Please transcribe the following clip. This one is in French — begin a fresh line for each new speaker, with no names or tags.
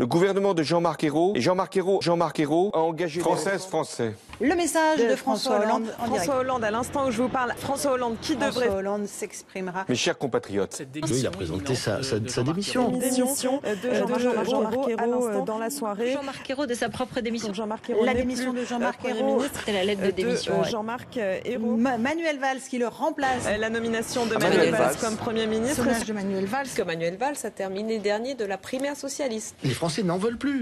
Le gouvernement de Jean-Marc Ayrault et Jean-Marc Ayrault, Jean-Marc Ayrault a engagé Françaises, Français.
Le message de,
de
François, Hollande. en direct.
François Hollande, à l'instant où je vous parle, François Hollande qui
François
devrait
Hollande s'exprimera.
Mes chers compatriotes,
Cette démission
il a présenté
imminente
sa-
de-
sa-
de
sa
Jean-Marc
démission.
Ayrault.
démission euh, de
Euh,
Jean-Marc
de Jean-
Jean-Marc
Jean-Marc
Ayrault,
Ayrault,
euh,
euh,
dans la soirée.
Jean-Marc Ayrault de sa propre démission.
Jean-Marc Ayrault
La
n'est
démission
plus,
de
euh,
Jean-Marc
Premier
Ayrault.
ministre
C'était la lettre de démission.
euh,
ouais.
Jean-Marc Ayrault.
Ma- Manuel Valls qui le remplace.
Euh, La nomination de
Manuel
Manuel Valls
Valls.
comme Premier ministre.
Personnage de Manuel Valls.
que Manuel Valls a terminé dernier de la primaire socialiste.
Les Français n'en veulent plus.